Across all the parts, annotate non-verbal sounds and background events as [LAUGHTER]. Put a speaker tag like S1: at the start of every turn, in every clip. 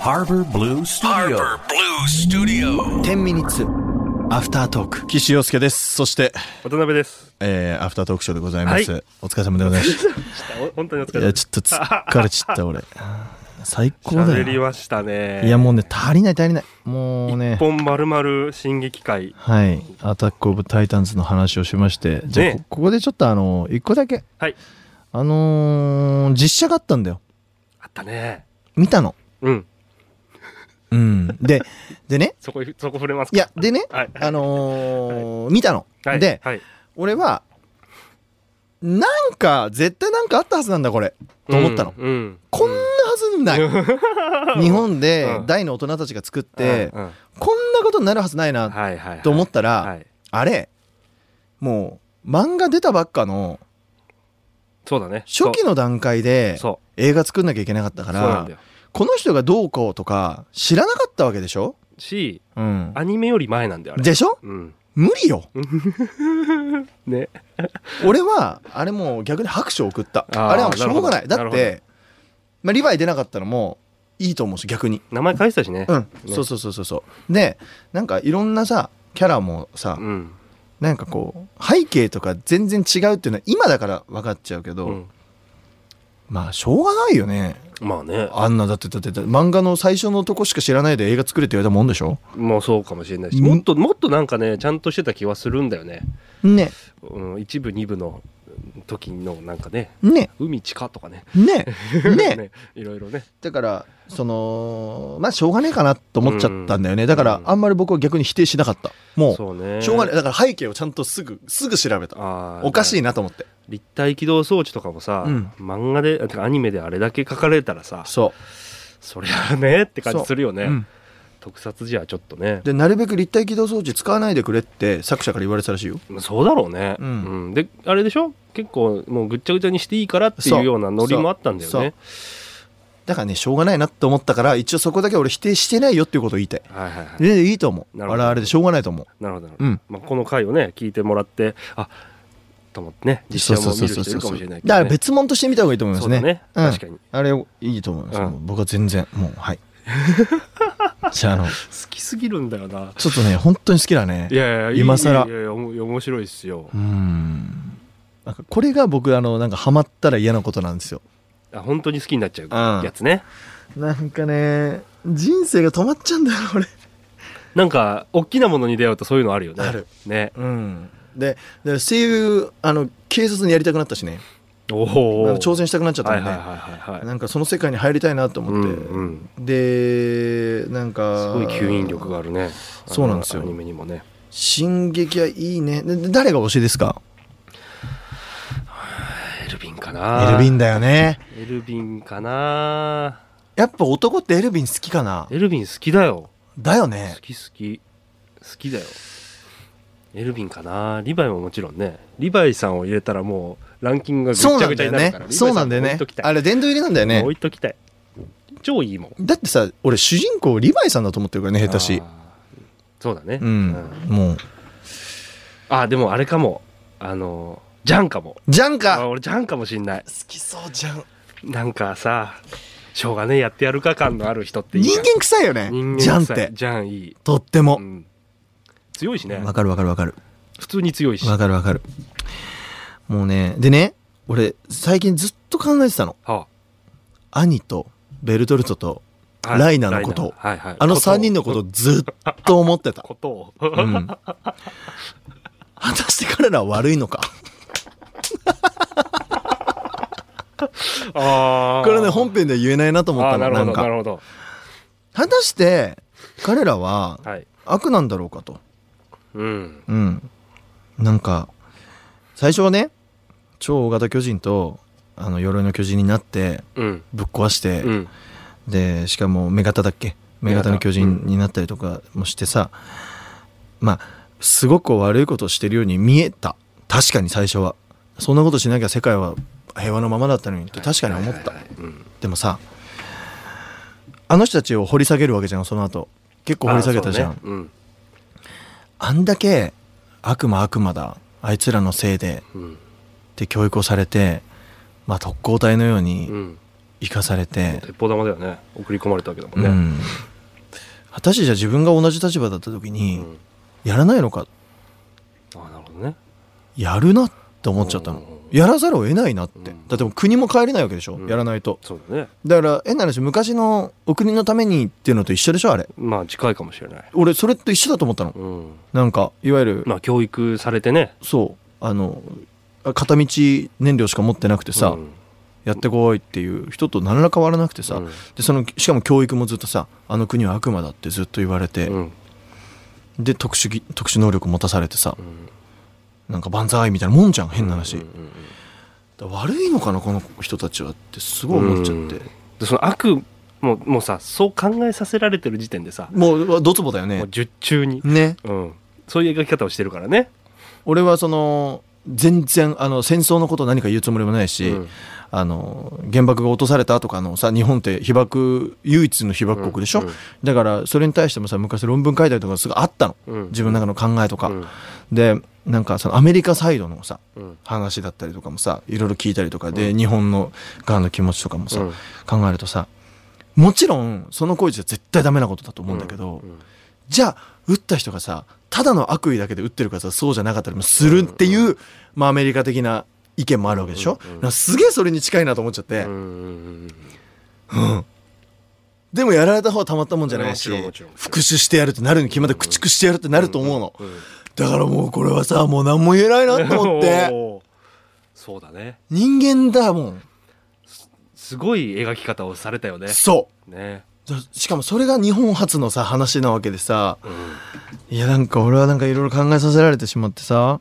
S1: Harbor Blue Studio
S2: 天ミニッツアフタートーク
S3: 岸洋介です。そして、
S4: 渡辺です。
S3: えー、アフタートークショーでございます。
S4: はい
S3: お疲れ様でご
S4: [LAUGHS]
S3: ざいます。
S4: お本当にお疲
S3: い
S4: れ様
S3: や、
S4: で
S3: ち
S4: す。
S3: ょっと疲れちった、俺。最高だ
S4: 喋り
S3: よ。
S4: ましたね。
S3: いや、もうね、足りない足りない。もう
S4: 一
S3: ね、
S4: 本まるまる進撃会。
S3: はい。アタックオブタイタンズの話をしまして、じゃあ、
S4: ねえ
S3: こここでちょっとあの、一個だけ、
S4: はい。
S3: あのー実写があったんだよ。
S4: あったね。
S3: 見たの。
S4: うん。
S3: うん。で、でね、
S4: そこいそこ触れますか。
S3: いや、でね、
S4: はい。
S3: あのー見たの。
S4: はい。
S3: で、
S4: はい。
S3: 俺は、なんか、絶対なんかあったはずなんだ、これ。と思ったの。
S4: うん。うん
S3: こんなはずない。
S4: [LAUGHS]
S3: 日本で
S4: うん
S3: 大の大人たちが作って、
S4: うんうん
S3: こんなことになるはずないな
S4: はいはい。
S3: と思ったら、
S4: はい。
S3: あれ、もう漫画出たばっかの
S4: そうだね。
S3: 初期の段階で
S4: そう。
S3: 映画作んなきゃいけなかったか
S4: そうそうなん
S3: ら
S4: だ、よ。
S3: この人がどうこうとか知らなかったわけでしょ
S4: し、
S3: うん。
S4: アニメより前なんだよ。あれ
S3: でしょ
S4: うん。
S3: 無理よ。
S4: ね。
S3: 俺は、あれもう逆に拍手を送った。
S4: あー
S3: あれはもうしょうがない。
S4: な
S3: だ
S4: る
S3: っ
S4: ほどな
S3: て、まあ、リヴァイ出なかったのもいいと思うし、逆に。
S4: 名前返したしね。
S3: うん、そうそうそうそうそうでなんかいろんなさキャラもさ、
S4: うん。
S3: なんかこう背景とか全然違うっていうのは今だから分かっちゃうけど、
S4: うん。
S3: まあしょうがないよね
S4: まあね。
S3: あんなだってだってだって漫画の最初のとこしか知らないで映画作れって言われたもんでしょ
S4: もうそうかもしれないし、
S3: うん
S4: もっともっとなんかね、ちゃんとしてた気はするんだよね。
S3: ね
S4: うん、一部二部の時のなんかね、
S3: ね
S4: 海地下とかね。
S3: ねね
S4: [LAUGHS] ね、いろいろね。
S3: だからそのまあしょうがねえかなと思っちゃったんだよね、だから
S4: うん
S3: あんまり僕は逆に否定しなかったも
S4: そう
S3: う
S4: ね。
S3: しょうがないだから背景をちゃんとすぐすぐ調べた
S4: あー
S3: おかしい
S4: だら
S3: なと思って
S4: 立体起動装置とかもさ、
S3: うん
S4: 漫画で、あてかアニメであれだけ書かれたらさ、
S3: そ
S4: そりゃあねって感じするよ
S3: う、
S4: ね。
S3: うん
S4: 特撮じゃちょっとね。
S3: でなるべく立体起動装置使わないでくれって作者から言われてたらしいよ
S4: まあそうだろうね、
S3: うん
S4: うで、あれでしょ結構もうぐっちゃぐちゃにしていいからっていうようなノリもあったんだよ
S3: そう
S4: ね。
S3: だからねしょうがないなって思ったから一応そこだけ俺否定してないよっていうことを言いたい
S4: はいはいはい。
S3: でいいと思う
S4: な
S3: あ
S4: るほ
S3: れ
S4: ど
S3: はあれでしょうがないと思
S4: なるほどなるほ
S3: うう
S4: ど。
S3: ん
S4: まあ、この回をね、聞いてもらって、あと思ってね、実写も見る人いるかもしれないけど、
S3: だ
S4: ね。
S3: から別物としてみた方がいいと思います
S4: そう
S3: ね
S4: だね。
S3: うん
S4: 確かに。好
S3: あれいいと思います、
S4: うん
S3: 僕は全然もうはい
S4: [LAUGHS]
S3: じゃああの
S4: きすぎるんだよな。
S3: ちょっとね本当に好きだね
S4: いやいやいい
S3: 今更
S4: いやいやおも面白いっすよ
S3: うーんなんかこれが僕あのなんかハマったら嫌なことなんですよ
S4: あ本当に好きになっちゃう
S3: うん
S4: やつね、
S3: なんかね人生が止まっちゃうんだよ俺
S4: なんか大きなものに出会うとそういうのあるよね
S3: ある
S4: ね
S3: うん、でで声優あの警察にやりたくなったしね
S4: おお
S3: あの挑戦したくなっちゃった
S4: は
S3: も
S4: い
S3: ん
S4: は
S3: ね、
S4: いはいはいはい
S3: なんかその世界に入りたいなと
S4: う
S3: 思
S4: ん
S3: って、
S4: うん
S3: でなん
S4: す
S3: か
S4: ごい吸引力があるね
S3: そうなんですよ
S4: あのアニメにもね
S3: 進撃はいいねでで誰が推しですか
S4: エルビンか
S3: エ
S4: な
S3: ルヴィンだよね
S4: エルビンかな
S3: やっぱ男ってエルヴィン好きかな
S4: エルビン好きだよ
S3: だよ
S4: 好
S3: ね
S4: き好き好きだよエルビンかなリヴァイももちろんねリヴァイさんを入れたらもうランキングがぐっち
S3: そう
S4: ゃ
S3: な
S4: ぐ
S3: ん
S4: ち
S3: だよ
S4: ゃになる
S3: ね
S4: から
S3: そうなんだよね
S4: リヴァイさん置いときたい
S3: あれ殿堂入りなんだよね
S4: 置いときたい超いいもん
S3: だってさ俺主人公リヴァイさんだと思ってるからね下手し
S4: あーそうだね
S3: うん、もう
S4: あーでもあれかもあのージャンかも
S3: ジャン
S4: あー
S3: か
S4: 俺ジャンかもしんない
S3: 好きそうジャン
S4: なんかさしょうがねえやってやるか感のある人っていい
S3: 人
S4: じゃん
S3: 間臭いよね
S4: 人間
S3: ジャンっ
S4: 臭い
S3: て
S4: ジャンいい、
S3: とっても
S4: うん、強いしね
S3: わかるわかるわかる
S4: 普通に強いし
S3: わ
S4: は
S3: かるわかる。もうね、でね、俺、最近ずっと考えてたの。
S4: あ
S3: 兄と、ベルトルトと、
S4: はい
S3: ライナーのこと
S4: ライナーはいはい、
S3: あの3人のことをずっと思ってた。
S4: ことを
S3: うん。果たして彼らは悪いのか。
S4: あ
S3: [LAUGHS]
S4: ー
S3: これね、本編では言えないなと思っ
S4: あ
S3: た
S4: ーな
S3: の、
S4: る
S3: な
S4: ほ
S3: ん
S4: どな
S3: か。
S4: るほど
S3: 果たして、彼らは
S4: はい
S3: 悪なんだろうかと。
S4: うん
S3: うん。なんか、最初はね、超大型巨人と、あの、鎧の巨人になって、
S4: うん
S3: ぶっ壊して、
S4: うん
S3: でしかも目型だっけ目型の巨人になったりとかもしてさ、まあすごく悪いことをしてるように見えた確かに最初はそんなことしなきゃ世界は平和のままだったのにって確かに思った、
S4: はいはいはいうん
S3: でもさあの人たちを掘り下げるわけじゃんその後結構掘り下げたじゃんあ,、
S4: あーそうだね
S3: んだけ悪魔悪魔だあいつらのせいで
S4: うんうん
S3: って教育をされてまあ特攻隊のように
S4: うん
S3: 生かされて、
S4: 鉄砲玉だよね送り込まれたわけだもん
S3: う
S4: ね、
S3: ん、果たしてじゃあ自分が同じ立場だった時
S4: う
S3: に、
S4: ん
S3: やらないのか
S4: ああなるほどね
S3: やるなって思っちゃったの、
S4: うん
S3: やらざるを得ないなって、
S4: うん
S3: だってもう国も帰れないわけでしょ、
S4: うん
S3: やらないと
S4: そうだね
S3: だから変な話昔のお国のためにっていうのと一緒でしょあれ
S4: まあ近いかもしれない
S3: 俺それと一緒だと思ったの
S4: うん
S3: なんかいわゆる、
S4: まあ教育されてね
S3: そうあの片道燃料しか持ってなくてさ、
S4: うん
S3: やってこいっていう人と何ら変わらなくてさ、
S4: うん
S3: でそのしかも教育もずっとさあの国は悪魔だってずっと言われて、
S4: うん
S3: で特殊技特殊能力持たされてさ
S4: うん
S3: なんか万歳みたいなもんじゃん変な話、
S4: うんうんうん
S3: だから悪いのかなこの人たちはってすごい思っちゃって、
S4: でその悪ももうさそう考えさせられてる時点でさ、
S3: もうドツボだよ
S4: もう
S3: ね
S4: 術中に、
S3: ね
S4: うん、そういう描き方をしてるからね、
S3: 俺はその全然あの戦争のこと何か言うつもりもないし、
S4: うん
S3: あの原爆が落とされたとかのさ日本って被爆唯一の被爆国でしょ、
S4: うんうん
S3: だからそれに対してもさ昔論文書いたりとかすごいあったの、
S4: うん
S3: 自分の中の考えとか、
S4: うん
S3: でなんかそのアメリカサイドのさ
S4: うん
S3: 話だったりとかもさいろいろ聞いたりとかで、日本の側の気持ちとかもさ、
S4: うん
S3: 考えるとさもちろんその行為じゃ絶対ダメなことだと思うんだけど、
S4: うん
S3: じゃあ撃った人がさただの悪意だけで撃ってるからさそうじゃなかったりもするっていう、まあ、アメリカ的な意見もあるわけでしょ、
S4: うんうん
S3: なんかすげえそれに近いなと思っちゃって、
S4: うんうん
S3: でもやられた方はたまったもんじゃないし
S4: もちろんもちろんもちろん
S3: 復讐してやるってなるに決まって駆逐してやるってなると思うの、
S4: うんうん
S3: だからもうこれはさもう何も言えないなと思って
S4: [LAUGHS] おーそうだね
S3: 人間だもん
S4: すごい描き方をされたよね
S3: そ
S4: ね、
S3: うだしかもそれが日本初のさ話なわけでさ
S4: うん、
S3: いやなんか俺はなんかいろいろ考えさせられてしまってさ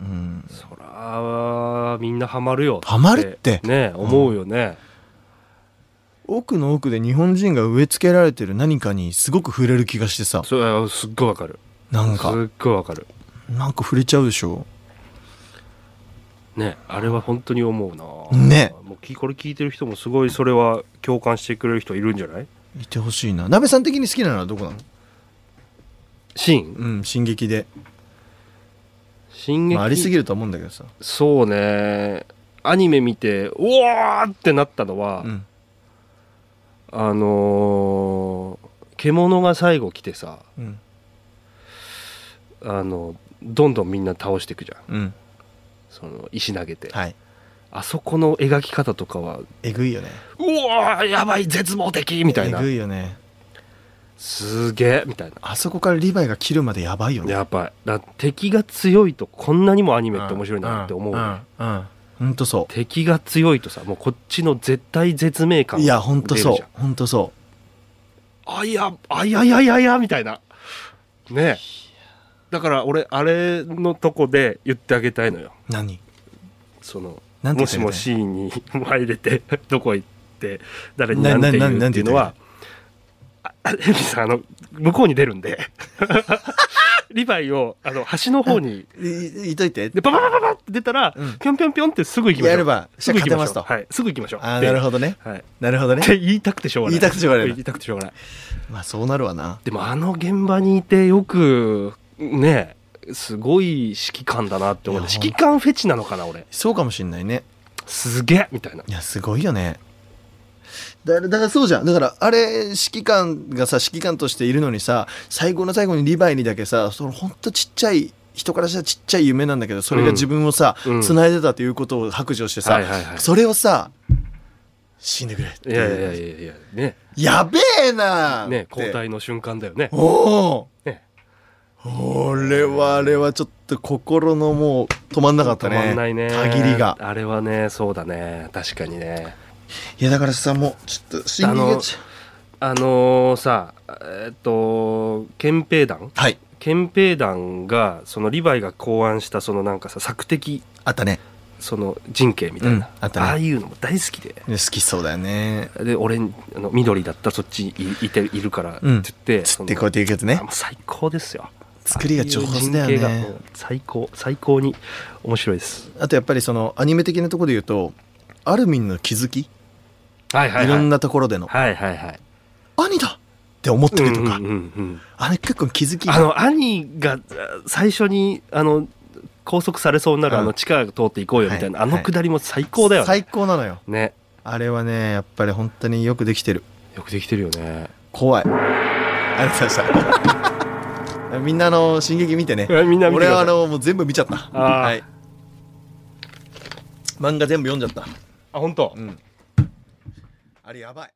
S3: うん
S4: そらはみんなハマるよ
S3: ハマるって
S4: ね思うよね、
S3: 奥の奥で日本人が植え付けられてる何かにすごく触れる気がしてさ
S4: それはすっごいわかる
S3: なん
S4: す
S3: か
S4: っごいわかる
S3: なんか触れちゃうでしょ
S4: ねあれは本当に思うな
S3: ね
S4: もうきこれ聞いてる人もすごいそれは共感してくれる人いるんじゃない
S3: いてほしいな鍋さん的に好きなのはどこなの
S4: シーン
S3: うん進撃で、
S4: 進撃、
S3: まあ、ありすぎるとは思うんだけどさ、
S4: そうねアニメ見てうわーってなったのは、
S3: うん、
S4: あのー獣が最後来てさ
S3: うん
S4: あのどんどんみんな倒していくじゃん
S3: うん
S4: その石投げて、
S3: はい
S4: あそこの描き方とかは
S3: えぐいよね
S4: うわーやばい絶望的みたいな
S3: えぐいよね
S4: すげえみたいな
S3: あそこからリヴァイが切るまでやばいよね
S4: やっぱだ敵が強いとこんなにもアニメって面白いなって思う、
S3: うんうんうんほんとそ
S4: 敵が強いとさもうこっちの絶対絶命感
S3: ういやほんと
S4: 出る
S3: そ
S4: じゃん
S3: うほんとそ
S4: あいやあいやいやいやいやみたいなねえだから俺あれのとこで言ってあげたいのよ
S3: う何
S4: その
S3: なんて言
S4: も
S3: って
S4: し
S3: あげたい
S4: もシーンに [LAUGHS] 入れてどこ行って誰に
S3: な
S4: 何て
S3: な
S4: 言う
S3: な
S4: っ
S3: ん
S4: てい
S3: て言
S4: うの
S3: った
S4: はああエミさんあの向こうに出るんで [LAUGHS] リヴァイをあの端の方に
S3: いいといて
S4: でパパパパパって出たら、
S3: うん
S4: ぴょんぴょんぴょんってすぐ行きましょう
S3: やれば
S4: すぐ行きましょ
S3: 勝
S4: う
S3: てますと
S4: はいすぐ行きましょう
S3: ああなる
S4: ほ
S3: ほどね
S4: ど、はい、っ
S3: なるほどね
S4: て言いたくてしょうがない
S3: 言いたくてしょうがない
S4: 言いたくてしょうがない
S3: まあそうなるわな
S4: でもあの現場にいてよくねすごい指揮官だなって思って
S3: いや
S4: 指揮官フェチなのかな俺
S3: そうかもしんないね
S4: すげえみたいない
S3: やすごいよねだだからそうじゃんだからあれ指揮官がさ指揮官としているのにさ最後の最後にリヴァイにだけさそのほんとちっちゃい人からしたらちっちゃい夢なんだけどそれが自分をさ
S4: うん
S3: 繋いでたということを白状してさ、
S4: はいはいはい
S3: それをさ死んでくれって
S4: いやいやいやいやね
S3: やべえな
S4: ね
S3: って
S4: 交代の瞬間だよね
S3: おお
S4: ね
S3: 俺はあれはちょっと心のもう止まんなかった
S4: 止
S3: ね
S4: まんないね
S3: 限りが
S4: あれはねそうだね確かにね
S3: いやだからさもうちょっと心
S4: あ
S3: 理
S4: の
S3: がち
S4: あのーさえーっと憲兵団
S3: はい
S4: 憲兵団がそのリヴァイが考案したそのなんかさ作的
S3: あったね
S4: その人形みたいな、
S3: うんあったね
S4: あいうのも大好きで
S3: ね好きそうだよね
S4: で俺あの緑だったらそっちいいているからって
S3: うん
S4: 言って、
S3: つ
S4: そ
S3: っ
S4: の
S3: てこうやっていくやつね
S4: あもう最高ですよ
S3: 作りが上手だよね
S4: ああいう人形がもう最高最高に面白いです
S3: あとやっぱりそのアニメ的なところで言うとアルミンの気づきい
S4: はいはいはい
S3: ろんなところでの
S4: はいはいはい
S3: 「兄だ!」って思ってるとか
S4: うんうんうん
S3: あれ結構気づき
S4: あの兄があ最初にあの拘束されそうになる、
S3: うん
S4: あの地下通っていこうよみたいな、
S3: はい
S4: あのくだりも最高だよね
S3: 最高なのよ
S4: ね
S3: あれはねやっぱり本当によくできてる
S4: よくできてるよね
S3: 怖いありがとうございました [LAUGHS] みんなあの進撃見てね
S4: えみんな見てく
S3: 俺
S4: だ
S3: は
S4: さ
S3: あ
S4: い
S3: のもう全部見ちゃった
S4: あー
S3: はい漫画全部読んじゃった
S4: あ本当
S3: うんあれやばい